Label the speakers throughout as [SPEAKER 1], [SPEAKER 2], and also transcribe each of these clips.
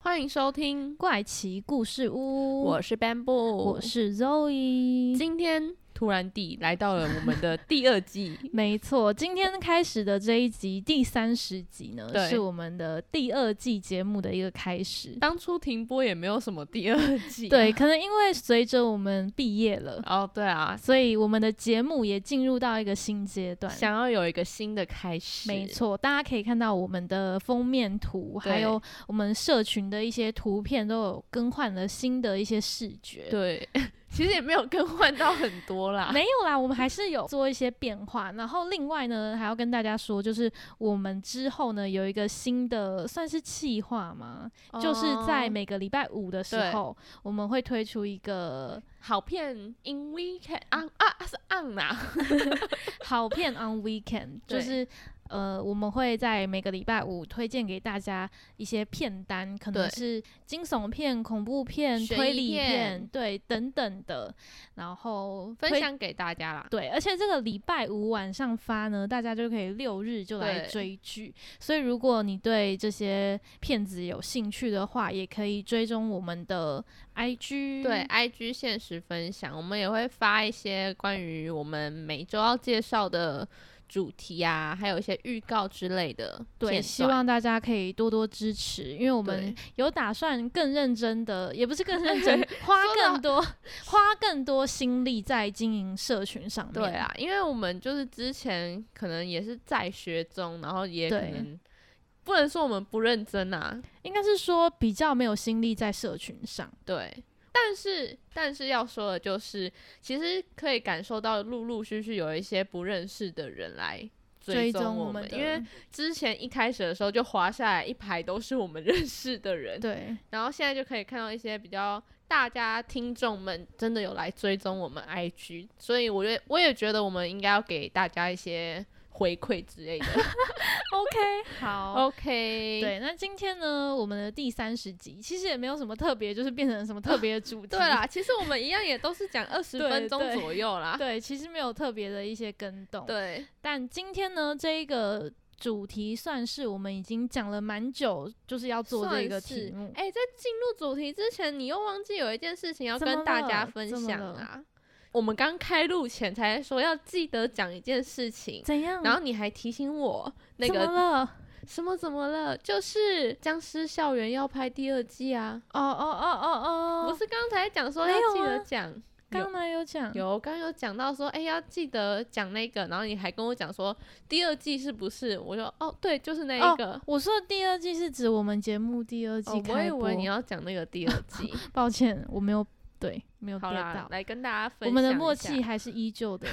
[SPEAKER 1] 欢迎收听《怪奇故事屋》，
[SPEAKER 2] 我是 Bamboo，我
[SPEAKER 1] 我是 Zoe。
[SPEAKER 2] 今天突然地来到了我们的第二 季，
[SPEAKER 1] 没错，今天开始的这一集第三十集呢，
[SPEAKER 2] 对
[SPEAKER 1] 是我们的第二季节目的一个开始。
[SPEAKER 2] 当初停播也没有什么第二季，啊
[SPEAKER 1] 对，，可能因为随着我们毕业了，
[SPEAKER 2] 哦对啊，
[SPEAKER 1] 所以我们的节目也进入到一个新阶段。
[SPEAKER 2] 想要有一个新的开始，
[SPEAKER 1] 没，错，大家可以看到我们的封面图，还
[SPEAKER 2] 对
[SPEAKER 1] 有我们社群的一些图片都有更换了新的一些视觉。
[SPEAKER 2] 对， 其实也没有更换到很多啦，
[SPEAKER 1] 没有啦，我们还是有做一些变化。然后另外呢，还要跟大家说，就是我们之后呢有一个新的算是企划嘛，
[SPEAKER 2] 哦
[SPEAKER 1] 就是在每个礼拜五的时
[SPEAKER 2] 对
[SPEAKER 1] 候，我们会推出一个
[SPEAKER 2] 好片 in weekend on 啊是 on 呐，
[SPEAKER 1] 好片 on weekend，就
[SPEAKER 2] 对
[SPEAKER 1] 是呃，我们会在每个礼拜五推荐给大家一些片单，可能
[SPEAKER 2] 对
[SPEAKER 1] 是惊悚片、恐怖片、
[SPEAKER 2] 悬疑
[SPEAKER 1] 推理
[SPEAKER 2] 片
[SPEAKER 1] 片，对等等的，然后
[SPEAKER 2] 分
[SPEAKER 1] 推。
[SPEAKER 2] 享给大家啦，
[SPEAKER 1] 对，而且这个礼拜五晚上发呢，大家就可以六日就来
[SPEAKER 2] 对
[SPEAKER 1] 追剧。所以如果你对这些片子有兴趣的话，也可以追踪我们的 IG。
[SPEAKER 2] 对，IG 限时分享，我们也会发一些关于我们每周要介绍的主题啊，还有一些预告之类的片
[SPEAKER 1] 对，
[SPEAKER 2] 段，
[SPEAKER 1] 希望大家可以多多支持，因为我
[SPEAKER 2] 我
[SPEAKER 1] 们有打算更认真的，也不是更认 真，花
[SPEAKER 2] 说得
[SPEAKER 1] 更多花更多心力在经营社群上面。
[SPEAKER 2] 对，啊，因为我们就是之前可能也是在学中，然后也可
[SPEAKER 1] 对
[SPEAKER 2] 能不能说我们不认真啊，
[SPEAKER 1] 应该是说比较没有心力在社群上。
[SPEAKER 2] 对。但是，但是要说的就是，其实可以感受到陆陆续续有一些不认识的人来
[SPEAKER 1] 追
[SPEAKER 2] 踪
[SPEAKER 1] 踪我
[SPEAKER 2] 们
[SPEAKER 1] 们，的，
[SPEAKER 2] 因为之前一开始的时候就滑下来一排都是我们认识的人，
[SPEAKER 1] 对
[SPEAKER 2] 然后现在就可以看到一些比较大家听众们真的有来追踪我们 IG，所以我觉得我也觉得我们应该要给大家一些回馈之类的。
[SPEAKER 1] ，OK，好
[SPEAKER 2] OK，
[SPEAKER 1] 对，那今天呢，我们的第三十集其实也没有什么特别，就是变成什么特别的主题。
[SPEAKER 2] 对啦，其实我们一样也都是讲二十
[SPEAKER 1] 对
[SPEAKER 2] 分钟
[SPEAKER 1] 对
[SPEAKER 2] 左右啦。
[SPEAKER 1] 对，其实没有特别的一些跟动。
[SPEAKER 2] 对
[SPEAKER 1] 但今天呢，这一个主题算是我们已经讲了蛮久，就是要做这个
[SPEAKER 2] 算是
[SPEAKER 1] 题目。
[SPEAKER 2] 哎、在进入主题之前，你又忘记有一件事情要
[SPEAKER 1] 怎么
[SPEAKER 2] 跟大家
[SPEAKER 1] 了
[SPEAKER 2] 分
[SPEAKER 1] 怎么
[SPEAKER 2] 享
[SPEAKER 1] 了
[SPEAKER 2] 啊。我们刚开录前才说要记得讲一件事情，
[SPEAKER 1] 怎样？
[SPEAKER 2] 然后你还提醒我那
[SPEAKER 1] 怎
[SPEAKER 2] 个
[SPEAKER 1] 嗯么了？
[SPEAKER 2] 什么怎么了？就是《僵尸校园》要拍第二季啊！
[SPEAKER 1] 哦哦哦哦哦，
[SPEAKER 2] 不是刚才讲说
[SPEAKER 1] 没
[SPEAKER 2] 要
[SPEAKER 1] 有
[SPEAKER 2] 记
[SPEAKER 1] 啊
[SPEAKER 2] 得讲，
[SPEAKER 1] 刚才有讲，
[SPEAKER 2] 有刚刚有讲到说，哎、要记得讲那个，然后你还跟我讲说第二季是不是？我说哦，对，就是那
[SPEAKER 1] 哦
[SPEAKER 2] 一个。
[SPEAKER 1] 我说的第二季是指我们节目第二季
[SPEAKER 2] 哦，我
[SPEAKER 1] 开
[SPEAKER 2] 以
[SPEAKER 1] 播。
[SPEAKER 2] 为 你要讲那个第二季。
[SPEAKER 1] 抱歉，我没有对，没有 get
[SPEAKER 2] 好啦
[SPEAKER 1] 到，。
[SPEAKER 2] 来跟大家分享
[SPEAKER 1] 我们的默
[SPEAKER 2] 一下
[SPEAKER 1] 契还是依旧 的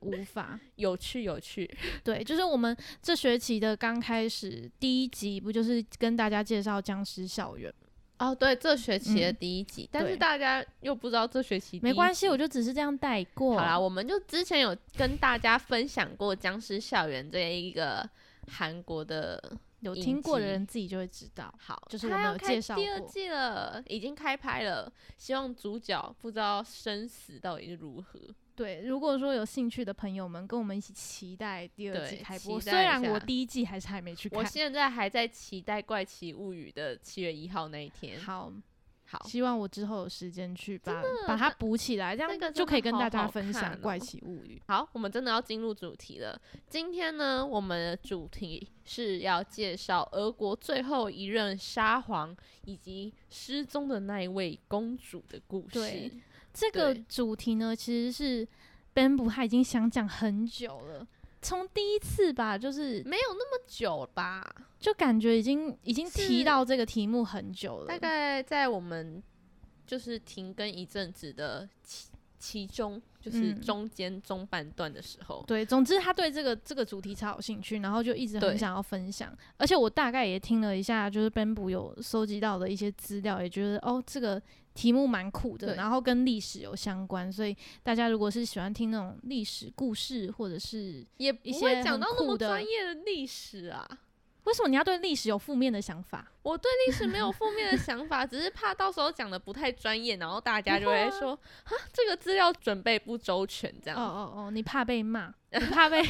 [SPEAKER 1] 无法。
[SPEAKER 2] 有趣有趣，
[SPEAKER 1] 对，就是我们这学期的刚开始第一集，不就是跟大家介绍僵尸校园？
[SPEAKER 2] 哦，对，这学期的
[SPEAKER 1] 嗯
[SPEAKER 2] 第一集，但
[SPEAKER 1] 对
[SPEAKER 2] 是大家又不知道这学期
[SPEAKER 1] 没关
[SPEAKER 2] 系。
[SPEAKER 1] 系，我就只是这样带过。
[SPEAKER 2] 好啦，我们就之前有跟大家分享过《僵尸校园》这一个韩国的
[SPEAKER 1] 有
[SPEAKER 2] 影
[SPEAKER 1] 听过的
[SPEAKER 2] 集
[SPEAKER 1] 人自己就会知道。
[SPEAKER 2] 好，
[SPEAKER 1] 就是
[SPEAKER 2] 它
[SPEAKER 1] 我们
[SPEAKER 2] 要
[SPEAKER 1] 有
[SPEAKER 2] 开
[SPEAKER 1] 介绍
[SPEAKER 2] 第二
[SPEAKER 1] 过
[SPEAKER 2] 季了，已经开拍了，希望主角不知道生死到底是如何。
[SPEAKER 1] 对，如果说有兴趣的朋友们，跟我们一起期待第二季
[SPEAKER 2] 对
[SPEAKER 1] 开播。
[SPEAKER 2] 期
[SPEAKER 1] 虽
[SPEAKER 2] 待
[SPEAKER 1] 然
[SPEAKER 2] 一下
[SPEAKER 1] 我第一季还是还没去看
[SPEAKER 2] 我，现在还在期待《怪奇物语》的七月一号那一天。
[SPEAKER 1] 好，
[SPEAKER 2] 好，
[SPEAKER 1] 希望我之后有时间去把把它补起来，这
[SPEAKER 2] 那个
[SPEAKER 1] 样
[SPEAKER 2] 真
[SPEAKER 1] 就可以
[SPEAKER 2] 的
[SPEAKER 1] 跟
[SPEAKER 2] 好
[SPEAKER 1] 大家
[SPEAKER 2] 好
[SPEAKER 1] 分
[SPEAKER 2] 看
[SPEAKER 1] 享
[SPEAKER 2] 哦
[SPEAKER 1] 《怪奇物语》
[SPEAKER 2] 好，我们真的要进入主题了。今天呢，我们的主题是要介绍俄国最后一任沙皇以及失踪的那一位公主的故
[SPEAKER 1] 对
[SPEAKER 2] 事。
[SPEAKER 1] 这个
[SPEAKER 2] 对
[SPEAKER 1] 主题呢，其实是 Bamboo 他已经想讲很久了，从第一次吧，就是
[SPEAKER 2] 没有那么久吧？
[SPEAKER 1] 就感觉已经已经提
[SPEAKER 2] 是
[SPEAKER 1] 到这个题目很久了，
[SPEAKER 2] 大概在我们就是停更一阵子的期其中，就是
[SPEAKER 1] 嗯
[SPEAKER 2] 中间中半段的时候。
[SPEAKER 1] 对，总之他对这个这个主题超有兴趣，然后就一直
[SPEAKER 2] 对
[SPEAKER 1] 很想要分享。而且我大概也听了一下，就是 Bamboo 有收集到的一些资料，也觉得哦，这个题目蛮酷的，
[SPEAKER 2] 对
[SPEAKER 1] 然后跟历史有相关，所以大家如果是喜欢听那种历史故事，或者是
[SPEAKER 2] 也不
[SPEAKER 1] 一
[SPEAKER 2] 会
[SPEAKER 1] 些
[SPEAKER 2] 讲
[SPEAKER 1] 很
[SPEAKER 2] 到那
[SPEAKER 1] 酷
[SPEAKER 2] 么
[SPEAKER 1] 的
[SPEAKER 2] 专业的历史啊。
[SPEAKER 1] 为什么你要对历史有负面的想法？
[SPEAKER 2] 我对历史没有负面的想法，只是怕到时候讲的不太专业，然后大家就会说啊，这个资料准备不周全这样。
[SPEAKER 1] 哦哦哦，你怕被骂， 你怕被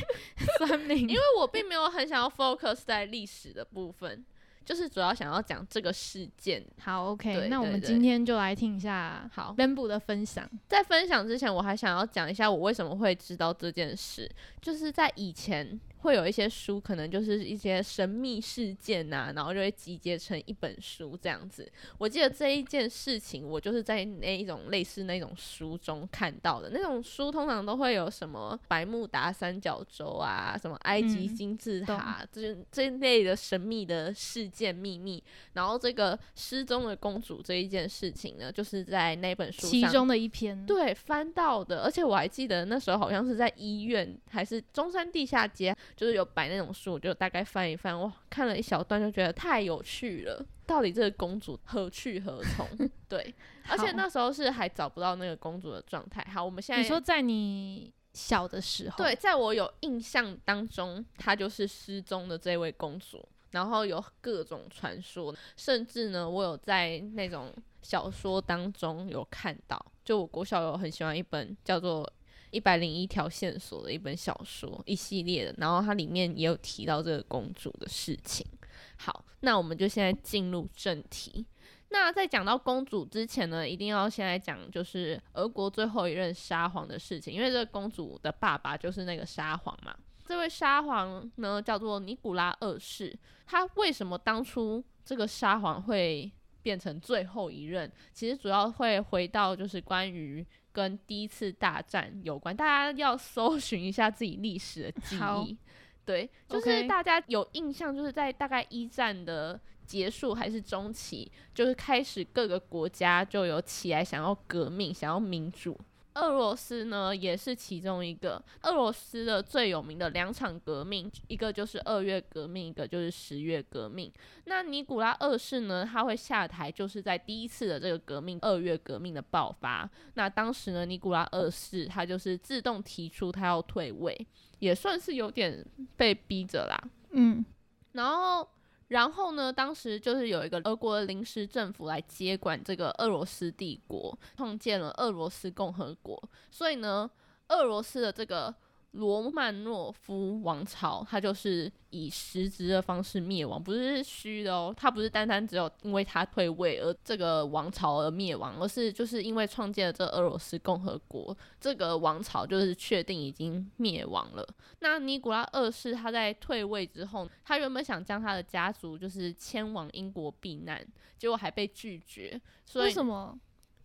[SPEAKER 1] 酸民，
[SPEAKER 2] 因为我并没有很想要 focus 在历史的部分，就是主要想要讲这个事件。
[SPEAKER 1] 好
[SPEAKER 2] 对
[SPEAKER 1] OK，那我
[SPEAKER 2] 对
[SPEAKER 1] 们
[SPEAKER 2] 对
[SPEAKER 1] 今天就来听一下
[SPEAKER 2] 好
[SPEAKER 1] Bamboo 的分享。
[SPEAKER 2] 在分享之前，我还想要讲一下我为什么会知道这件事，就是在以前会有一些书，可能就是一些神秘事件呐、然后就会集结成一本书这样子。我记得这一件事情，我就是在那一种类似那种书中看到的。那种书通常都会有什么百慕达三角洲啊，什么埃及
[SPEAKER 1] 嗯
[SPEAKER 2] 金字塔，这这类的神秘的事件秘密。然后这个失踪的公主这一件事情呢，就是在那本书
[SPEAKER 1] 其
[SPEAKER 2] 上
[SPEAKER 1] 中的一篇，
[SPEAKER 2] 对，翻到的，而且我还记得那时候好像是在医院还是中山地下街，就是有摆那种书，我就大概翻一翻，哇，看了一小段就觉得太有趣了。到底这个公主何去何 从？对，而且
[SPEAKER 1] 好
[SPEAKER 2] 那时候是还找不到那个公主的状态。好，我们现在
[SPEAKER 1] 你说在你小的时候，
[SPEAKER 2] 对，在我有印象当中，她就是失踪的这位公主，然后有各种传说，甚至呢，我有在那种小说当中有看到，就我国小有很喜欢一本叫做。一百零一条线索的一本小说，一系列的，然后它里面也有提到这个公主的事情。好，那我们就现在进入正题。那在讲到公主之前呢，一定要先来讲就是俄国最后一任沙皇的事情，因为这个公主的爸爸就是那个沙皇嘛。这位沙皇呢叫做尼古拉二世，他为什么当初这个沙皇会变成最后一任？其实主要会回到就是关于跟第一次大战有关，大家要搜寻一下自己历史的记
[SPEAKER 1] 好
[SPEAKER 2] 忆。对，就是
[SPEAKER 1] OK
[SPEAKER 2] 大家有印象，就是在大概一战的结束还是中期，就是开始各个国家就有起来想要革命，想要民主。俄罗斯呢也是其中一个。俄罗斯的最有名的两场革命，一个就是二月革命，一个就是十月革命。那尼古拉二世呢，他会下台，就是在第一次的这个革命——二月革命的爆发。那当时呢，尼古拉二世他就是自动提出他要退位，也算是有点被逼着啦。
[SPEAKER 1] 嗯，
[SPEAKER 2] 然后，然后呢，当时就是有一个俄国的临时政府来接管这个俄罗斯帝国，创建了俄罗斯共和国。所以呢，俄罗斯的这个罗曼诺夫王朝，它就是以实质的方式灭亡，不是虚的哦。它不是单单只有因为他退位而这个王朝而灭亡，而是就是因为创建了这个俄罗斯共和国，这个王朝就是确定已经灭亡了。那尼古拉二世他在退位之后，他原本想将他的家族就是迁往英国避难，结果还被拒绝。所
[SPEAKER 1] 为
[SPEAKER 2] 以
[SPEAKER 1] 什么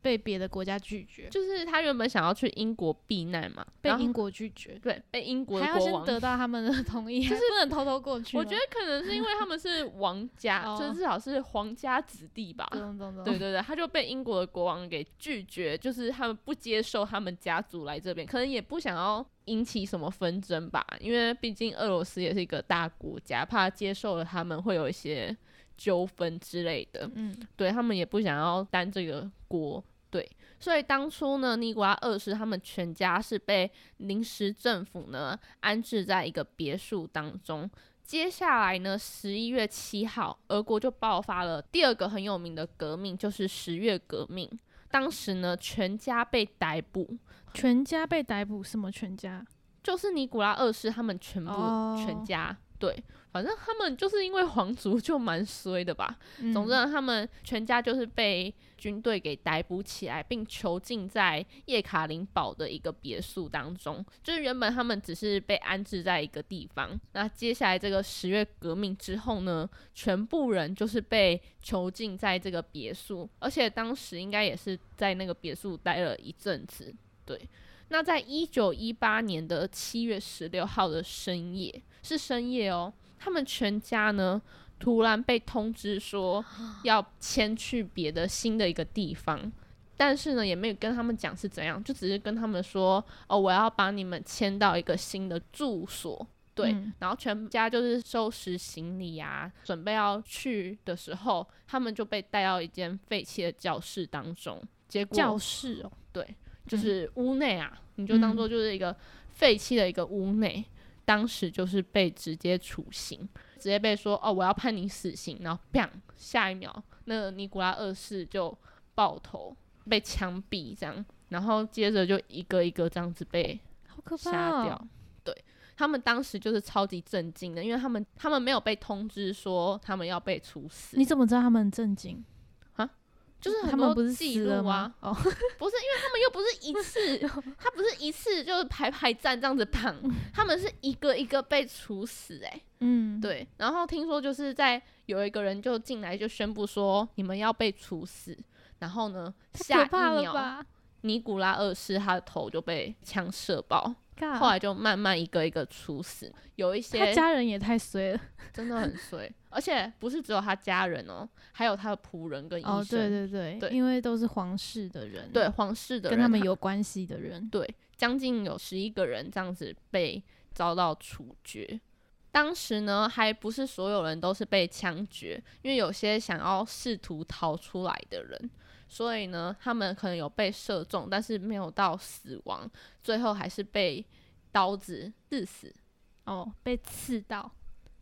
[SPEAKER 1] 被别的国家拒绝？
[SPEAKER 2] 就是他原本想要去英国避难嘛，
[SPEAKER 1] 被
[SPEAKER 2] 然后
[SPEAKER 1] 英国拒绝，
[SPEAKER 2] 对被英啊国的
[SPEAKER 1] 还要
[SPEAKER 2] 国
[SPEAKER 1] 先
[SPEAKER 2] 王
[SPEAKER 1] 得到他们的 同意，啊就是不能偷偷过去吗。
[SPEAKER 2] 我觉得可能是因为他们是王家，
[SPEAKER 1] 哦
[SPEAKER 2] 就是至少是皇家子弟吧。
[SPEAKER 1] 懂懂懂，
[SPEAKER 2] 对对对，他就被英国的国王给拒绝，就是他们不接受他们家族来这边，可能也不想要引起什么纷争吧，因为毕竟俄罗斯也是一个大国家，怕接受了他们会有一些纠纷之类的。
[SPEAKER 1] 嗯，
[SPEAKER 2] 对他们也不想要担这个锅。对，所以当初呢，尼古拉二世他们全家是被临时政府呢安置在一个别墅当中。接下来呢，十一月七号，俄国就爆发了第二个很有名的革命，就是十月革命。当时呢，全家被逮捕，
[SPEAKER 1] 全家被逮捕，什么全家？
[SPEAKER 2] 就是尼古拉二世他们全部、
[SPEAKER 1] 哦
[SPEAKER 2] 全家。对，反正他们就是因为皇族就蛮衰的吧，
[SPEAKER 1] 嗯
[SPEAKER 2] 总之，呢，他们全家就是被军队给逮捕起来，并囚禁在叶卡琳堡的一个别墅当中。就是原本他们只是被安置在一个地方，那接下来这个十月革命之后呢，全部人就是被囚禁在这个别墅，而且当时应该也是在那个别墅待了一阵子。对，那在一九一八年的七月十六号的深夜，是深夜哦，他们全家呢突然被通知说要迁去别的新的一个地方。但是呢，也没有跟他们讲是怎样，就只是跟他们说，哦，我要把你们迁到一个新的住所。对，
[SPEAKER 1] 嗯
[SPEAKER 2] 然后全家就是收拾行李啊，准备要去的时候，他们就被带到一间废弃的教室当中。结果
[SPEAKER 1] 教室哦，
[SPEAKER 2] 对，就是屋内啊，你就当做
[SPEAKER 1] 嗯
[SPEAKER 2] 就是一个废弃的一个屋内。当时就是被直接处刑，直接被说哦，我要判你死刑，然后砰，下一秒那个尼古拉二世就爆头被枪毙这样，然后接着就一个一个这样子被
[SPEAKER 1] 好可怕
[SPEAKER 2] 杀
[SPEAKER 1] 哦！
[SPEAKER 2] 掉。对他们当时就是超级震惊的，因为他们他们没有被通知说他们要被处死，
[SPEAKER 1] 你怎么知道他们很震惊？
[SPEAKER 2] 就是很
[SPEAKER 1] 他们
[SPEAKER 2] 多
[SPEAKER 1] 不是
[SPEAKER 2] 记
[SPEAKER 1] 死
[SPEAKER 2] 录
[SPEAKER 1] 了
[SPEAKER 2] 啊
[SPEAKER 1] 吗？，哦，
[SPEAKER 2] 不是，因为他们又不是一 次，他不是一次就是排排站这样子躺，他们是一个一个被处死、欸，
[SPEAKER 1] 嗯，，
[SPEAKER 2] 对。然后听说就是在有一个人就进来就宣布说你们要被处死，然后呢，
[SPEAKER 1] 可
[SPEAKER 2] 下一
[SPEAKER 1] 怕了
[SPEAKER 2] 秒
[SPEAKER 1] 吧？
[SPEAKER 2] 尼古拉二世他的头就被枪射爆，
[SPEAKER 1] 尬
[SPEAKER 2] 后来就慢慢一个一个处死，有一
[SPEAKER 1] 啊他
[SPEAKER 2] 些
[SPEAKER 1] 家人也太衰了。
[SPEAKER 2] 真的很衰，而且不是只有他家人哦、还有他的仆人跟医生，
[SPEAKER 1] 哦，对对对，
[SPEAKER 2] 对
[SPEAKER 1] 因为都是皇室的人，
[SPEAKER 2] 对，皇室的
[SPEAKER 1] 跟
[SPEAKER 2] 人
[SPEAKER 1] 他们有关系的人，
[SPEAKER 2] 对，将近有十一个人这样子被遭到处决。当时呢，还不是所有人都是被枪决，因为有些想要试图逃出来的人，所以呢，他们可能有被射中，但是没有到死亡，最后还是被刀子刺死。
[SPEAKER 1] 哦，被刺到，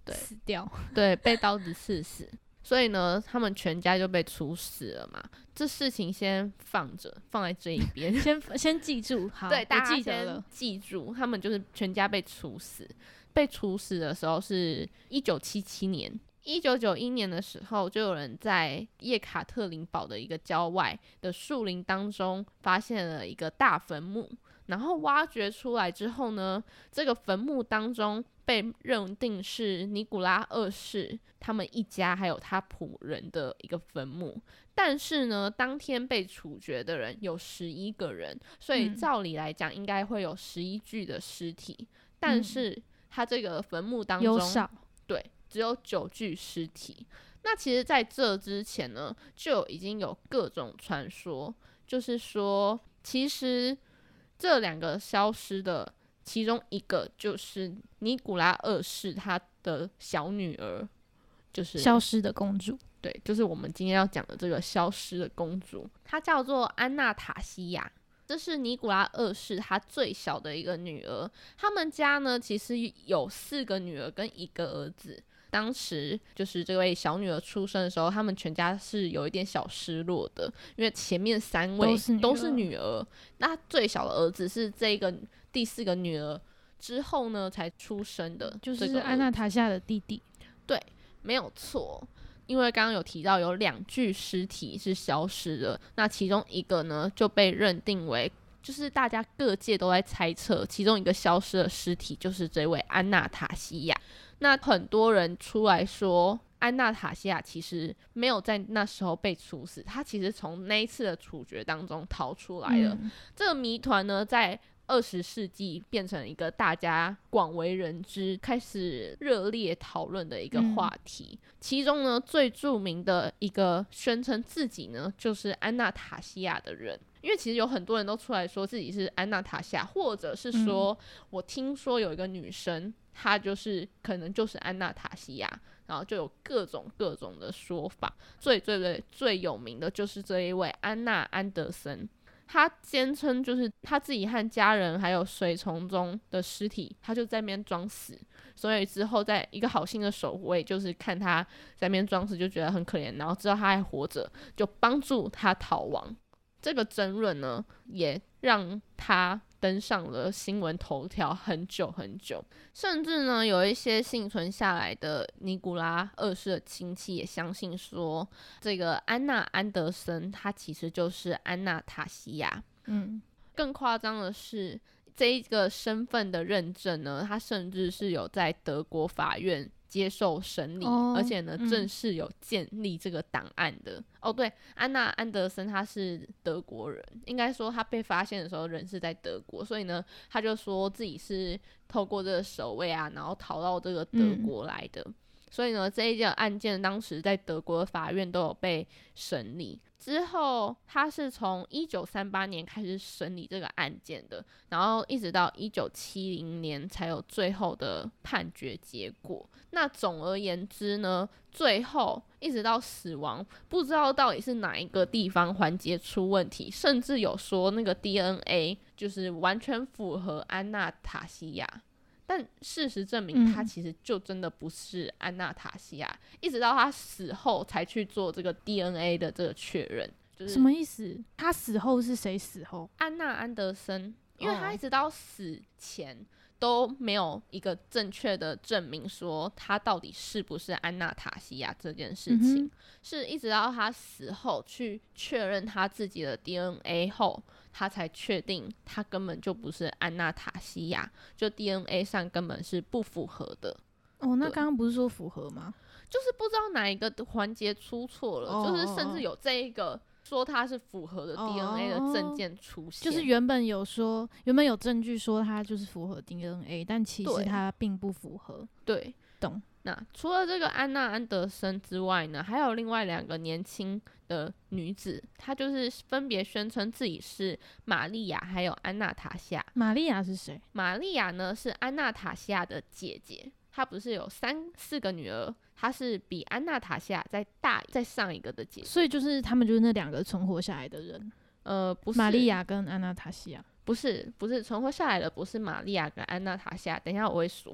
[SPEAKER 2] 对
[SPEAKER 1] 死掉，
[SPEAKER 2] 对，被刀子刺死。所以呢，他们全家就被处死了嘛。这事情先放着，放在这一边。
[SPEAKER 1] 先先记住，好，
[SPEAKER 2] 对，
[SPEAKER 1] 我
[SPEAKER 2] 大家
[SPEAKER 1] 记得
[SPEAKER 2] 先
[SPEAKER 1] 了，
[SPEAKER 2] 记住，他们就是全家被处死。被处死的时候是一九七七年，一九九一年的时候，就有人在叶卡特林堡的一个郊外的树林当中发现了一个大坟墓，然后挖掘出来之后呢，这个坟墓当中被认定是尼古拉二世他们一家还有他仆人的一个坟墓。但是呢，当天被处决的人有十一个人，所以
[SPEAKER 1] 嗯
[SPEAKER 2] 照理来讲应该会有十一具的尸体，但
[SPEAKER 1] 嗯
[SPEAKER 2] 是他这个坟墓当
[SPEAKER 1] 有
[SPEAKER 2] 中
[SPEAKER 1] 少，
[SPEAKER 2] 对，只有九具尸体。那其实，在这之前呢，就已经有各种传说，就是说，其实这两个消失的其中一个就是尼古拉二世他的小女儿，就是
[SPEAKER 1] 消失的公主，
[SPEAKER 2] 对，就是我们今天要讲的这个消失的公主，她叫做安娜塔西亚，这是尼古拉二世他最小的一个女儿。他们家呢，其实有四个女儿跟一个儿子。当时就是这位小女儿出生的时候，他们全家是有一点小失落的，因为前面三
[SPEAKER 1] 都
[SPEAKER 2] 位
[SPEAKER 1] 是女儿
[SPEAKER 2] 都是女儿，那最小的儿子是这个第四个女儿之后呢才出生的，
[SPEAKER 1] 就
[SPEAKER 2] 这
[SPEAKER 1] 是
[SPEAKER 2] 个儿
[SPEAKER 1] 安娜塔夏的弟弟，
[SPEAKER 2] 没有错，因为刚刚有提到有两具尸体是消失的，那其中一个呢就被认定为，就是大家各界都在猜测，其中一个消失的尸体就是这位安娜塔西亚。那很多人出来说，安娜塔西亚其实没有在那时候被处死，她其实从那一次的处决当中逃出来了。
[SPEAKER 1] 嗯
[SPEAKER 2] 这个谜团呢，在二十世纪变成一个大家广为人知、开始热烈讨论的一个话题。其中呢，最著名的一个宣称自己呢就是安娜塔西亚的人，因为其实有很多人都出来说自己是安娜塔西亚，或者是说、我听说有一个女生，她就是可能就是安娜塔西亚。然后就有各种各种的说法，最最最最有名的就是这一位安娜安德森，他坚称就是他自己和家人还有随从中的尸体，他就在那边装死，所以之后在一个好心的守卫就是看他在那边装死就觉得很可怜，然后知道他还活着，就帮助他逃亡。这个争论呢，也让他登上了新闻头条很久很久，甚至呢，有一些幸存下来的尼古拉二世的亲戚也相信说，这个安娜安德森，她其实就是安娜塔西亚。
[SPEAKER 1] 嗯，
[SPEAKER 2] 更夸张的是，这一个身份的认证呢，她甚至是有在德国法院接受审理，
[SPEAKER 1] 哦
[SPEAKER 2] 而且呢，
[SPEAKER 1] 嗯
[SPEAKER 2] 正式有建立这个档案的。哦，对，安娜安德森她是德国人，应该说她被发现的时候人是在德国，所以呢，她就说自己是透过这个守卫啊，然后逃到这个德
[SPEAKER 1] 嗯
[SPEAKER 2] 国来的。所以呢，这一件案件当时在德国的法院都有被审理。之后，他是从一九三八年开始审理这个案件的，然后一直到一九七零年才有最后的判决结果。那总而言之呢，最后一直到死亡，不知道到底是哪一个地方环节出问题，甚至有说那个 DNA 就是完全符合安娜塔西亚。但事实证明，
[SPEAKER 1] 嗯
[SPEAKER 2] 她其实就真的不是安娜塔西亚，一直到她死后才去做这个 DNA 的这个确认，就是
[SPEAKER 1] 什么意思？他死后是谁死后？
[SPEAKER 2] 安娜·安德森，因为
[SPEAKER 1] 哦
[SPEAKER 2] 她一直到死前都没有一个正确的证明说她到底是不是安娜塔西亚这件事情，
[SPEAKER 1] 嗯
[SPEAKER 2] 是一直到她死后去确认她自己的 DNA 后，她才确定她根本就不是安娜塔西亚，就 DNA 上根本是不符合的。
[SPEAKER 1] 哦，那
[SPEAKER 2] 对
[SPEAKER 1] 刚刚不是说符合吗？
[SPEAKER 2] 就是不知道哪一个环节出错了，
[SPEAKER 1] 哦
[SPEAKER 2] 就是甚
[SPEAKER 1] 哦哦
[SPEAKER 2] 至有这一个说它是符合的
[SPEAKER 1] 哦
[SPEAKER 2] DNA 的
[SPEAKER 1] 哦
[SPEAKER 2] 证件出现，
[SPEAKER 1] 就是原本有说，原本有证据说他就是符合 DNA，但其实
[SPEAKER 2] 对
[SPEAKER 1] 他并不符合。
[SPEAKER 2] 对，
[SPEAKER 1] 懂。
[SPEAKER 2] 那除了这个安娜·安德森之外呢，还有另外两个年轻的女子，她就是分别宣称自己是玛利亚还有安娜塔夏。
[SPEAKER 1] 玛利亚是谁？
[SPEAKER 2] 玛利亚呢是安娜塔夏的姐姐，她不是有三四个女儿，她是比安娜塔夏再大再上一个的姐姐。
[SPEAKER 1] 所以就是他们就是那两个存活下来的人，
[SPEAKER 2] 呃，不是
[SPEAKER 1] 玛利亚跟安娜塔西亚。
[SPEAKER 2] 不是不是存活下来的不是玛利亚跟安娜塔夏，等一下我会说，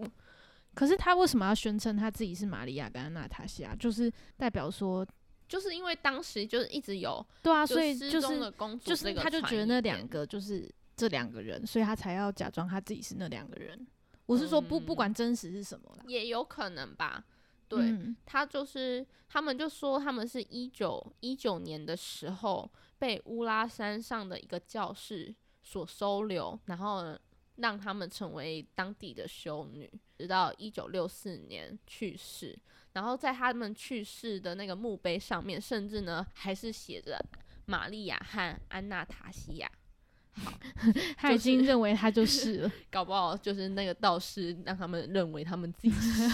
[SPEAKER 1] 可是他为什么要宣称他自己是玛利亚跟安娜塔西亚？就是代表说，
[SPEAKER 2] 就是因为当时就是一直有
[SPEAKER 1] 对啊，
[SPEAKER 2] 就
[SPEAKER 1] 所以
[SPEAKER 2] 失
[SPEAKER 1] 就
[SPEAKER 2] 踪的
[SPEAKER 1] 是
[SPEAKER 2] 公主
[SPEAKER 1] 就是
[SPEAKER 2] 这个
[SPEAKER 1] 他就觉得
[SPEAKER 2] 传
[SPEAKER 1] 那
[SPEAKER 2] 言
[SPEAKER 1] 两个就是这两个人，所以他才要假装他自己是那两个人。我是说不、不
[SPEAKER 2] 嗯
[SPEAKER 1] 管真实是什么啦，
[SPEAKER 2] 也有可能吧，对，
[SPEAKER 1] 嗯
[SPEAKER 2] 他就是他们就说他们是一九一九年的时候被乌拉山上的一个教室所收留，然后呢让他们成为当地的修女，直到一九六四年去世。然后在他们去世的那个墓碑上面，甚至呢还是写着玛利亚和安娜塔西亚，
[SPEAKER 1] 他
[SPEAKER 2] 就
[SPEAKER 1] 已经
[SPEAKER 2] 是
[SPEAKER 1] 认为他就是了。
[SPEAKER 2] 搞不好就是那个道士让他们认为他们自己是，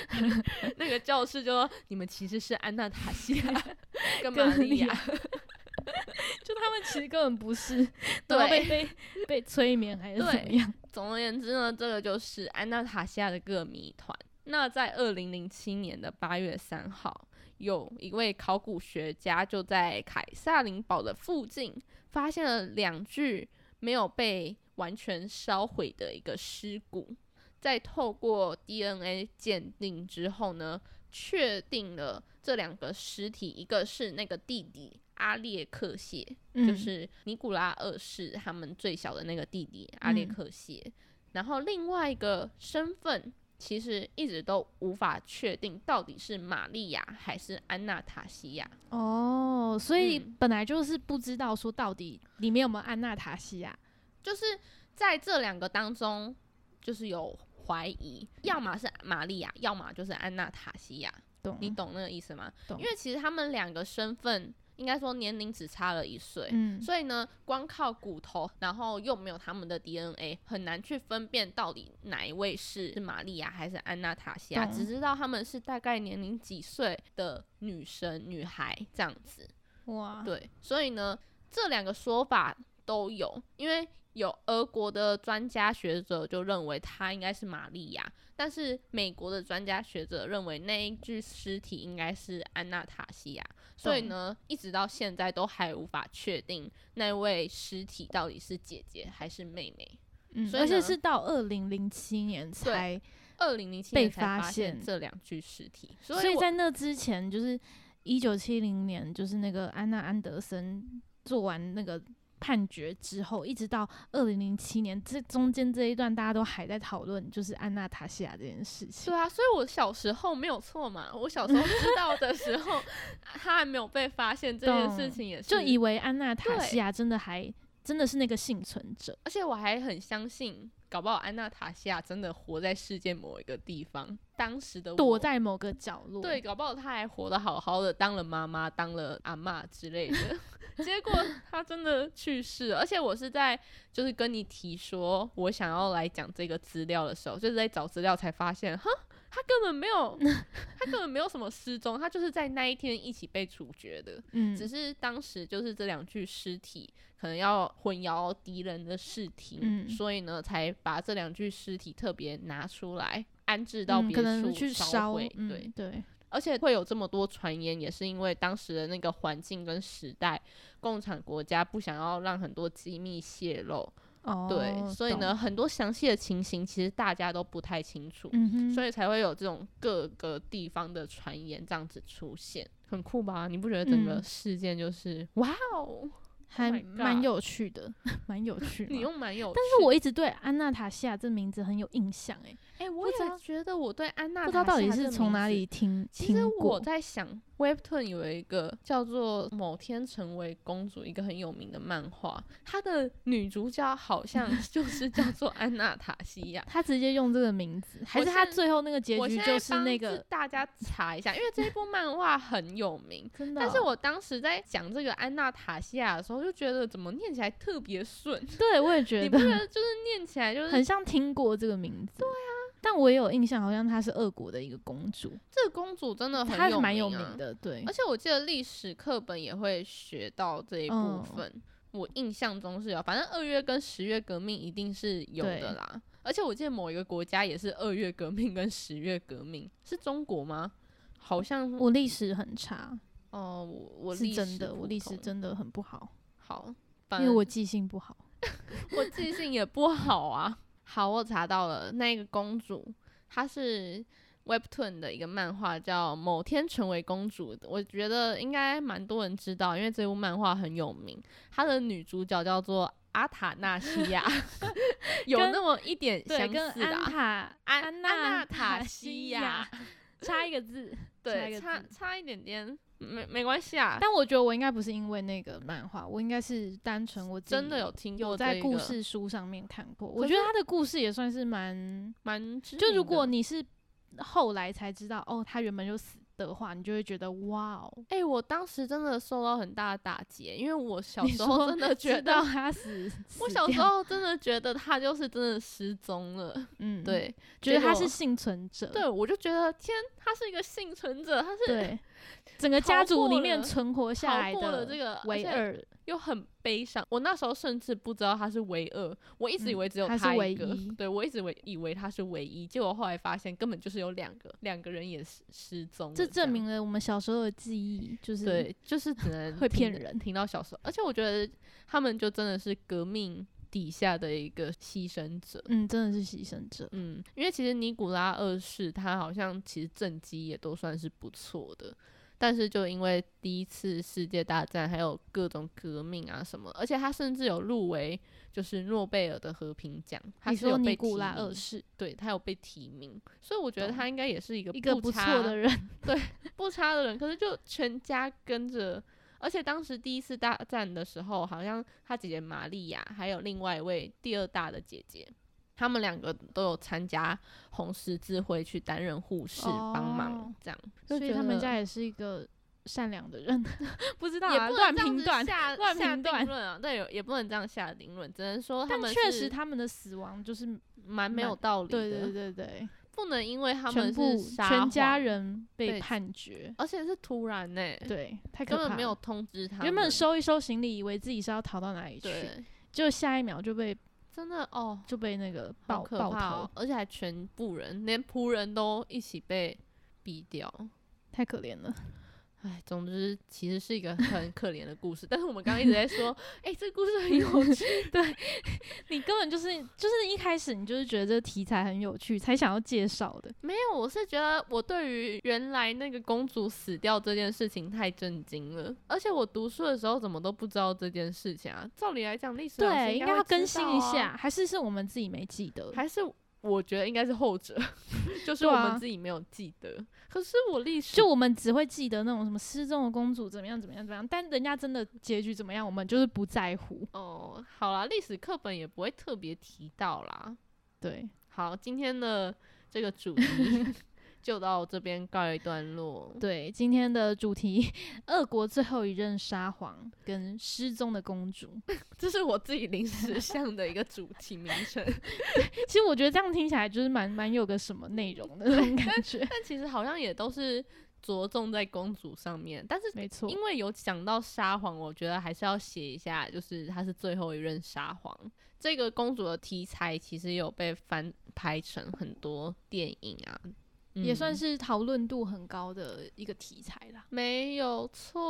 [SPEAKER 2] 那个教士就说你们其实是安娜塔西亚 跟玛
[SPEAKER 1] 跟
[SPEAKER 2] 利
[SPEAKER 1] 利
[SPEAKER 2] 亚
[SPEAKER 1] 亚， 就他们其实根本不是，
[SPEAKER 2] 对
[SPEAKER 1] 然后被被被催眠还是怎么样？
[SPEAKER 2] 总而言之呢，这个就是安娜塔西亚的各谜团。那在二零零七年的八月三号，有一位考古学家就在凯撒琳堡的附近发现了两具没有被完全烧毁的一个尸骨。在透过 DNA 鉴定之后呢，确定了这两个尸体，一个是那个弟弟阿列克谢，就
[SPEAKER 1] 嗯
[SPEAKER 2] 是尼古拉二世他们最小的那个弟弟阿列
[SPEAKER 1] 嗯
[SPEAKER 2] 克谢，然后另外一个身份其实一直都无法确定到底是玛利亚还是安娜塔西亚。
[SPEAKER 1] 哦，所以
[SPEAKER 2] 嗯
[SPEAKER 1] 本来就是不知道说到底里面有没有安娜塔西亚。
[SPEAKER 2] 就是在这两个当中，就是有怀疑，要么是玛利亚，要么就是安娜塔西亚。
[SPEAKER 1] 懂
[SPEAKER 2] 你懂那个意思吗？
[SPEAKER 1] 哦懂
[SPEAKER 2] 因为其实他们两个身份应该说年龄只差了一岁，
[SPEAKER 1] 嗯，
[SPEAKER 2] 所以呢，光靠骨头，然后又没有他们的 DNA，很难去分辨到底哪一位是玛利亚还是安娜塔西亚，
[SPEAKER 1] 懂
[SPEAKER 2] 只知道他们是大概年龄几岁的女生、女孩这样子。
[SPEAKER 1] 哇，
[SPEAKER 2] 对，所以呢，这两个说法都有，因为有俄国的专家学者就认为她应该是玛利亚，但是美国的专家学者认为那一具尸体应该是安娜塔西亚，所以
[SPEAKER 1] 懂
[SPEAKER 2] 呢，一直到现在都还无法确定那位尸体到底是姐姐还是妹妹。
[SPEAKER 1] 嗯，
[SPEAKER 2] 所以
[SPEAKER 1] 而且
[SPEAKER 2] 呢
[SPEAKER 1] 是到二零零七年才，
[SPEAKER 2] 二零零七
[SPEAKER 1] 被
[SPEAKER 2] 年才
[SPEAKER 1] 发
[SPEAKER 2] 发现
[SPEAKER 1] 现
[SPEAKER 2] 这两具尸体，所
[SPEAKER 1] 所以
[SPEAKER 2] 我
[SPEAKER 1] 在那之前就是一九七零年，就是那个安娜安德森做完那个。判决之后，一直到二零零七年，这中间这一段大家都还在讨论，就是安娜塔西亚这件事情。
[SPEAKER 2] 对啊，所以我小时候没有错嘛，我小时候知道的时 候，啊他还没有被发现这件事
[SPEAKER 1] 懂
[SPEAKER 2] 情也是，
[SPEAKER 1] 就以为安娜塔
[SPEAKER 2] 对
[SPEAKER 1] 西亚真的还真的是那个幸存者，
[SPEAKER 2] 而且我还很相信，搞不好安娜塔西亚真的活在世界某一个地方，当时的我
[SPEAKER 1] 躲在某个角落。
[SPEAKER 2] 对，，搞不好她还活得好好的，当了妈妈，当了阿嬷之类的。 结果她真的去世了，而且我是在就是跟你提说我想要来讲这个资料的时候，就是在找资料才发现，哈，他根本 没有，他根本没有什么失踪，他就是在那一天一起被处决的。
[SPEAKER 1] 嗯，
[SPEAKER 2] 只是当时就是这两具尸体可能要混淆敌人的视听，
[SPEAKER 1] 嗯
[SPEAKER 2] 所以呢才把这两具尸体特别拿出来安置到
[SPEAKER 1] 嗯
[SPEAKER 2] 别
[SPEAKER 1] 可能
[SPEAKER 2] 处
[SPEAKER 1] 去
[SPEAKER 2] 烧
[SPEAKER 1] 烧
[SPEAKER 2] 毁。，对，
[SPEAKER 1] 嗯对，
[SPEAKER 2] 而且会有这么多传言，也是因为当时的那个环境跟时代，共产国家不想要让很多机密泄露，
[SPEAKER 1] 哦，
[SPEAKER 2] 对，所以呢，
[SPEAKER 1] 懂，
[SPEAKER 2] 很多详细的情形其实大家都不太清楚，
[SPEAKER 1] 嗯哼，
[SPEAKER 2] 所
[SPEAKER 1] 以
[SPEAKER 2] 以才会有这种各个地方的传言这样子出现，很酷吧？你不觉得整个
[SPEAKER 1] 嗯
[SPEAKER 2] 事件就是、哇哦，
[SPEAKER 1] 还
[SPEAKER 2] my
[SPEAKER 1] 蛮
[SPEAKER 2] god
[SPEAKER 1] 有趣的， 蛮有趣嘛。
[SPEAKER 2] 你又蛮有趣，
[SPEAKER 1] 但是我一直对安娜塔西亚这名字很有印象，哎，
[SPEAKER 2] 哎、我
[SPEAKER 1] 不
[SPEAKER 2] 也
[SPEAKER 1] 知道
[SPEAKER 2] 觉得我对安娜
[SPEAKER 1] 不知道
[SPEAKER 2] 塔
[SPEAKER 1] 到
[SPEAKER 2] 夏
[SPEAKER 1] 底
[SPEAKER 2] 这
[SPEAKER 1] 是从
[SPEAKER 2] 名
[SPEAKER 1] 哪
[SPEAKER 2] 字
[SPEAKER 1] 里听
[SPEAKER 2] 其实
[SPEAKER 1] 听
[SPEAKER 2] 我
[SPEAKER 1] 过。
[SPEAKER 2] 在想，Webtoon 有一个叫做《某天成为公主》一个很有名的漫画，它的女主角 好像就是叫做安娜塔西亚。
[SPEAKER 1] 他直接用这个名字，还
[SPEAKER 2] 我
[SPEAKER 1] 是他
[SPEAKER 2] 现
[SPEAKER 1] 最后那个结
[SPEAKER 2] 我
[SPEAKER 1] 局
[SPEAKER 2] 现在
[SPEAKER 1] 就是那
[SPEAKER 2] 帮
[SPEAKER 1] 个
[SPEAKER 2] 大家查一下，因为这一部漫画很有名。
[SPEAKER 1] 真的哦？
[SPEAKER 2] 但是我当时在讲这个安娜塔西亚的时候，就觉得怎么念起来特别顺，
[SPEAKER 1] 对我也觉
[SPEAKER 2] 你不觉
[SPEAKER 1] 得
[SPEAKER 2] 得就是念起来就 是
[SPEAKER 1] 很像听过这个名字。对啊，但我也有印象，好像她是俄国的一个公主，
[SPEAKER 2] 这个公主真的很
[SPEAKER 1] 她是蛮有
[SPEAKER 2] 名啊
[SPEAKER 1] 名的。对
[SPEAKER 2] 而，且我记得历史课本也会学到这一部
[SPEAKER 1] 嗯
[SPEAKER 2] 分，我印象中是有，反正二月跟十月革命一定是有的
[SPEAKER 1] 对
[SPEAKER 2] 啦。而且我记得某一个国家也是二月革命跟十月革命，是中国吗？好像
[SPEAKER 1] 我历史很差，
[SPEAKER 2] 哦，我我
[SPEAKER 1] 是
[SPEAKER 2] 历
[SPEAKER 1] 真的，
[SPEAKER 2] 史嗯
[SPEAKER 1] 我
[SPEAKER 2] 普
[SPEAKER 1] 历史
[SPEAKER 2] 通
[SPEAKER 1] 真的很不好，
[SPEAKER 2] 好，
[SPEAKER 1] 因
[SPEAKER 2] 反
[SPEAKER 1] 为
[SPEAKER 2] 正
[SPEAKER 1] 我记性不好。
[SPEAKER 2] 我记性也不好啊。好，我查到了，那个公主她是 Webtoon 的一个漫画，叫《某天成为公主》，我觉得应该蛮多人知道，因为这部漫画很有名。她的女主角叫做阿塔纳西 亚，有
[SPEAKER 1] 跟
[SPEAKER 2] 那么一点相
[SPEAKER 1] 跟
[SPEAKER 2] 似啦
[SPEAKER 1] 安。塔
[SPEAKER 2] 安
[SPEAKER 1] 啊安
[SPEAKER 2] 娜
[SPEAKER 1] 娜
[SPEAKER 2] 塔
[SPEAKER 1] 塔
[SPEAKER 2] 西
[SPEAKER 1] 西
[SPEAKER 2] 亚
[SPEAKER 1] 亚差一个字，差一
[SPEAKER 2] 对，
[SPEAKER 1] 个
[SPEAKER 2] 差
[SPEAKER 1] 字
[SPEAKER 2] 差一点点，没没关系啊。
[SPEAKER 1] 但我觉得我应该不是因为那个漫画，我应该是单纯我自己
[SPEAKER 2] 真的有听过
[SPEAKER 1] 有在
[SPEAKER 2] 这
[SPEAKER 1] 故
[SPEAKER 2] 个
[SPEAKER 1] 事书上面看过。
[SPEAKER 2] 可
[SPEAKER 1] 我觉得
[SPEAKER 2] 是
[SPEAKER 1] 他的故事也算是蛮，
[SPEAKER 2] 蛮知
[SPEAKER 1] 就
[SPEAKER 2] 名
[SPEAKER 1] 如果
[SPEAKER 2] 的
[SPEAKER 1] 你是后来才知道哦，他原本就死的话，你就会觉得哇哦，
[SPEAKER 2] 哎、我当时真的受到很大的打击，因为我小
[SPEAKER 1] 你
[SPEAKER 2] 时候
[SPEAKER 1] 说
[SPEAKER 2] 真的觉
[SPEAKER 1] 知
[SPEAKER 2] 得
[SPEAKER 1] 道他 死，
[SPEAKER 2] 我
[SPEAKER 1] 死
[SPEAKER 2] 小时
[SPEAKER 1] 掉，
[SPEAKER 2] 候真的觉得他就是真的失踪了，
[SPEAKER 1] 嗯，，
[SPEAKER 2] 对，
[SPEAKER 1] 觉得
[SPEAKER 2] 结
[SPEAKER 1] 他
[SPEAKER 2] 果
[SPEAKER 1] 是幸存者，
[SPEAKER 2] 对我就觉得天，他是一个幸存者，他是
[SPEAKER 1] 对，整个
[SPEAKER 2] 逃
[SPEAKER 1] 家族
[SPEAKER 2] 过
[SPEAKER 1] 里面
[SPEAKER 2] 了
[SPEAKER 1] 存活下
[SPEAKER 2] 逃
[SPEAKER 1] 来
[SPEAKER 2] 过了
[SPEAKER 1] 的
[SPEAKER 2] 这个而
[SPEAKER 1] 唯
[SPEAKER 2] 且嗯
[SPEAKER 1] 二，
[SPEAKER 2] 又很悲伤。我那时候甚至不知道他是唯二，我一直以
[SPEAKER 1] 嗯
[SPEAKER 2] 为只有
[SPEAKER 1] 他是
[SPEAKER 2] 一
[SPEAKER 1] 唯
[SPEAKER 2] 个，
[SPEAKER 1] 一
[SPEAKER 2] 对我一直为以为他是唯一，结果后来发现根本就是有两个，两个人也失失踪了，
[SPEAKER 1] 这证
[SPEAKER 2] 样
[SPEAKER 1] 明了我们小时候的记忆就是
[SPEAKER 2] 对， 就是只能
[SPEAKER 1] 会
[SPEAKER 2] 听
[SPEAKER 1] 骗
[SPEAKER 2] 得
[SPEAKER 1] 人
[SPEAKER 2] 听到小时候，而且我觉得他们就真的是革命底下的一个牺牲者。
[SPEAKER 1] 嗯，真的是牺牲者。
[SPEAKER 2] 嗯，因为其实尼古拉二世他好像其实政绩也都算是不错的，但是就因为第一次世界大战还有各种革命啊什么，而且他甚至有入围就是诺贝尔的和平奖，他
[SPEAKER 1] 你
[SPEAKER 2] 是有
[SPEAKER 1] 说
[SPEAKER 2] 被
[SPEAKER 1] 尼古
[SPEAKER 2] 提
[SPEAKER 1] 拉二
[SPEAKER 2] 名，
[SPEAKER 1] 世
[SPEAKER 2] 对他有被提名，所以我觉得
[SPEAKER 1] 懂
[SPEAKER 2] 他应该也是一个
[SPEAKER 1] 一个不
[SPEAKER 2] 不
[SPEAKER 1] 错
[SPEAKER 2] 差
[SPEAKER 1] 的 人，
[SPEAKER 2] 不差的人，可是就全家跟着。而且当时第一次大战的时候，好像他姐姐玛利亚还有另外一位第二大的姐姐，他们两个都有参加红十字会去担任护士帮忙
[SPEAKER 1] 哦，
[SPEAKER 2] 这样。就
[SPEAKER 1] 所以
[SPEAKER 2] 觉
[SPEAKER 1] 他们
[SPEAKER 2] 得
[SPEAKER 1] 家也是一个善良的人，不知道
[SPEAKER 2] 也
[SPEAKER 1] 啊，
[SPEAKER 2] 不
[SPEAKER 1] 乱
[SPEAKER 2] 能这样
[SPEAKER 1] 评
[SPEAKER 2] 子
[SPEAKER 1] 断。
[SPEAKER 2] 下
[SPEAKER 1] 乱
[SPEAKER 2] 下
[SPEAKER 1] 评断
[SPEAKER 2] 定论啊，对，也不能这样下定论，只能说他
[SPEAKER 1] 但
[SPEAKER 2] 们
[SPEAKER 1] 确实，
[SPEAKER 2] 是
[SPEAKER 1] 他们的死亡就是
[SPEAKER 2] 蛮没有
[SPEAKER 1] 蛮
[SPEAKER 2] 道理的，
[SPEAKER 1] 对对对对，
[SPEAKER 2] 不能因为他们
[SPEAKER 1] 全部
[SPEAKER 2] 是撒
[SPEAKER 1] 全家
[SPEAKER 2] 谎，
[SPEAKER 1] 人
[SPEAKER 2] 对
[SPEAKER 1] 被判决，
[SPEAKER 2] 而且是突然呢、
[SPEAKER 1] 对，太可
[SPEAKER 2] 根
[SPEAKER 1] 怕
[SPEAKER 2] 本
[SPEAKER 1] 了。
[SPEAKER 2] 没有通知他们，
[SPEAKER 1] 原本收一收行李，以为自己是要逃到哪里去，
[SPEAKER 2] 对，
[SPEAKER 1] 就下一秒就被
[SPEAKER 2] 真的哦，
[SPEAKER 1] 就被那个
[SPEAKER 2] 好
[SPEAKER 1] 爆
[SPEAKER 2] 可
[SPEAKER 1] 爆
[SPEAKER 2] 怕、
[SPEAKER 1] 头
[SPEAKER 2] 哦，，而且还全部人，连仆人都一起被毙掉。
[SPEAKER 1] 太可怜了。
[SPEAKER 2] 哎，总之其实是一 个很可怜的故事。但是我们刚刚一直在说，哎、这故事很有趣。
[SPEAKER 1] 你根本就是就是一开始你就是觉得这个题材很有趣，才想要介绍的。
[SPEAKER 2] 没有，我是觉得我对于原来那个公主死掉这件事情太震惊了，而且我读书的时候怎么都不知道这件事情啊。照理来讲，历史老师
[SPEAKER 1] 对，应该
[SPEAKER 2] 会
[SPEAKER 1] 要
[SPEAKER 2] 知
[SPEAKER 1] 更新一
[SPEAKER 2] 道啊
[SPEAKER 1] 下，，还是是我们自己没记 得？
[SPEAKER 2] 还是。我觉得应该是后者， 就是
[SPEAKER 1] 对
[SPEAKER 2] 我
[SPEAKER 1] 啊
[SPEAKER 2] 们自己没有记得。可是我历史
[SPEAKER 1] 就我们只会记得那种什么失踪的公主怎么样怎么样怎么样，但人家真的结局怎么样，我们就是不在乎。
[SPEAKER 2] 哦，好啦，历史课本也不会特别提到啦。
[SPEAKER 1] 对，
[SPEAKER 2] 好，今天的这个主题。 就到这边告一段落。
[SPEAKER 1] 对，今天的主题，俄国最后一任沙皇跟失踪的公主。
[SPEAKER 2] 这是我自己临时想的一个主题名称，
[SPEAKER 1] 其实我觉得这样听起来就是蛮蛮有个什么内容的那种感觉。
[SPEAKER 2] 但其实好像也都是着重在公主上面。但是
[SPEAKER 1] 没错，
[SPEAKER 2] 因为有讲到沙皇，我觉得还是要写一下，就是她是最后一任沙皇。这个公主的题材其实有被翻拍成很多电影啊，
[SPEAKER 1] 也算
[SPEAKER 2] 是。
[SPEAKER 1] 是讨论度很高的一个题材啦。呃
[SPEAKER 2] 没有错。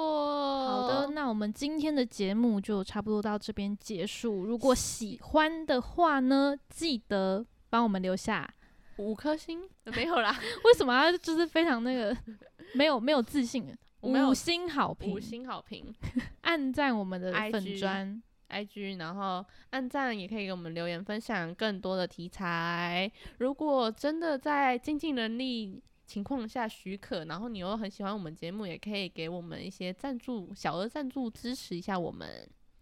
[SPEAKER 1] 好
[SPEAKER 2] 好
[SPEAKER 1] 的，，那我们今天的节目就差不多到这边结束。如果喜欢的话呢，记得帮我们留下。
[SPEAKER 2] 五颗星 没有 啦，
[SPEAKER 1] 为什么要就是非常那 个没有没有自信？
[SPEAKER 2] 我没有
[SPEAKER 1] 五星好
[SPEAKER 2] 五
[SPEAKER 1] 评，
[SPEAKER 2] 星好评
[SPEAKER 1] 按赞我们的
[SPEAKER 2] IG
[SPEAKER 1] 粉砖。
[SPEAKER 2] ，IG，然后按赞也可以给我们留言分享更多的题材。如果真的在经济能力情况下许可，然后你又很喜欢我们节目，也可以给我们一些赞助，小额赞助支持一下我们。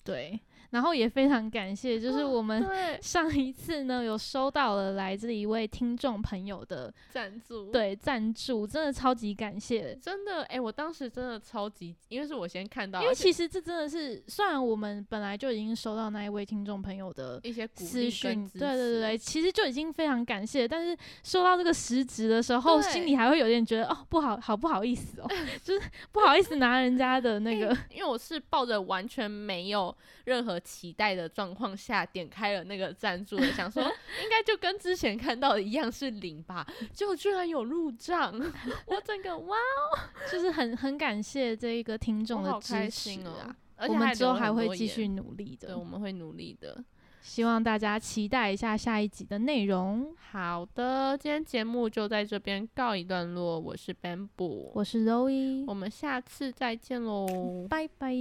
[SPEAKER 1] 对，然后也非常感谢，
[SPEAKER 2] 哦
[SPEAKER 1] 就是我们
[SPEAKER 2] 对，
[SPEAKER 1] 上一次呢有收到了来自一位听众朋友的
[SPEAKER 2] 赞助，，
[SPEAKER 1] 对赞助，真的超级感谢。
[SPEAKER 2] 真的，哎、我当时真的超级，因为是我先看到，
[SPEAKER 1] 因为
[SPEAKER 2] 而且
[SPEAKER 1] 其实这真的是，虽然我们本来就已经收到那一位听众朋友的
[SPEAKER 2] 一些鼓
[SPEAKER 1] 私
[SPEAKER 2] 励
[SPEAKER 1] 讯
[SPEAKER 2] 跟，支
[SPEAKER 1] 对对对
[SPEAKER 2] 持
[SPEAKER 1] 对，其实就已经非常感谢，但是收到这个实质的时候，
[SPEAKER 2] 对
[SPEAKER 1] 心里还会有点觉得哦，不好，好不好意思哦， 就是不好意思拿人家的那个，
[SPEAKER 2] 因为我是抱着完全没有任何期待的状况下点开了那个赞助的，想 说应该就跟之前看到的一样是零吧，结果居然有入 账，我整个哇，
[SPEAKER 1] 就是很很感谢这一个听众
[SPEAKER 2] 我
[SPEAKER 1] 的
[SPEAKER 2] 好
[SPEAKER 1] 支
[SPEAKER 2] 开
[SPEAKER 1] 持
[SPEAKER 2] 心哦
[SPEAKER 1] 啊。！
[SPEAKER 2] 而且
[SPEAKER 1] 我们之后
[SPEAKER 2] 留了
[SPEAKER 1] 还
[SPEAKER 2] 很
[SPEAKER 1] 会
[SPEAKER 2] 多
[SPEAKER 1] 继续
[SPEAKER 2] 言，
[SPEAKER 1] 努力
[SPEAKER 2] 对，
[SPEAKER 1] 的
[SPEAKER 2] 我，们会努力的。
[SPEAKER 1] 希望大家期待一下下一集的内容。
[SPEAKER 2] 好的，今天节目就在这边告一段落，我是 Bamboo，
[SPEAKER 1] 我是 Zoe，
[SPEAKER 2] 我们下次再见喽，
[SPEAKER 1] 拜拜。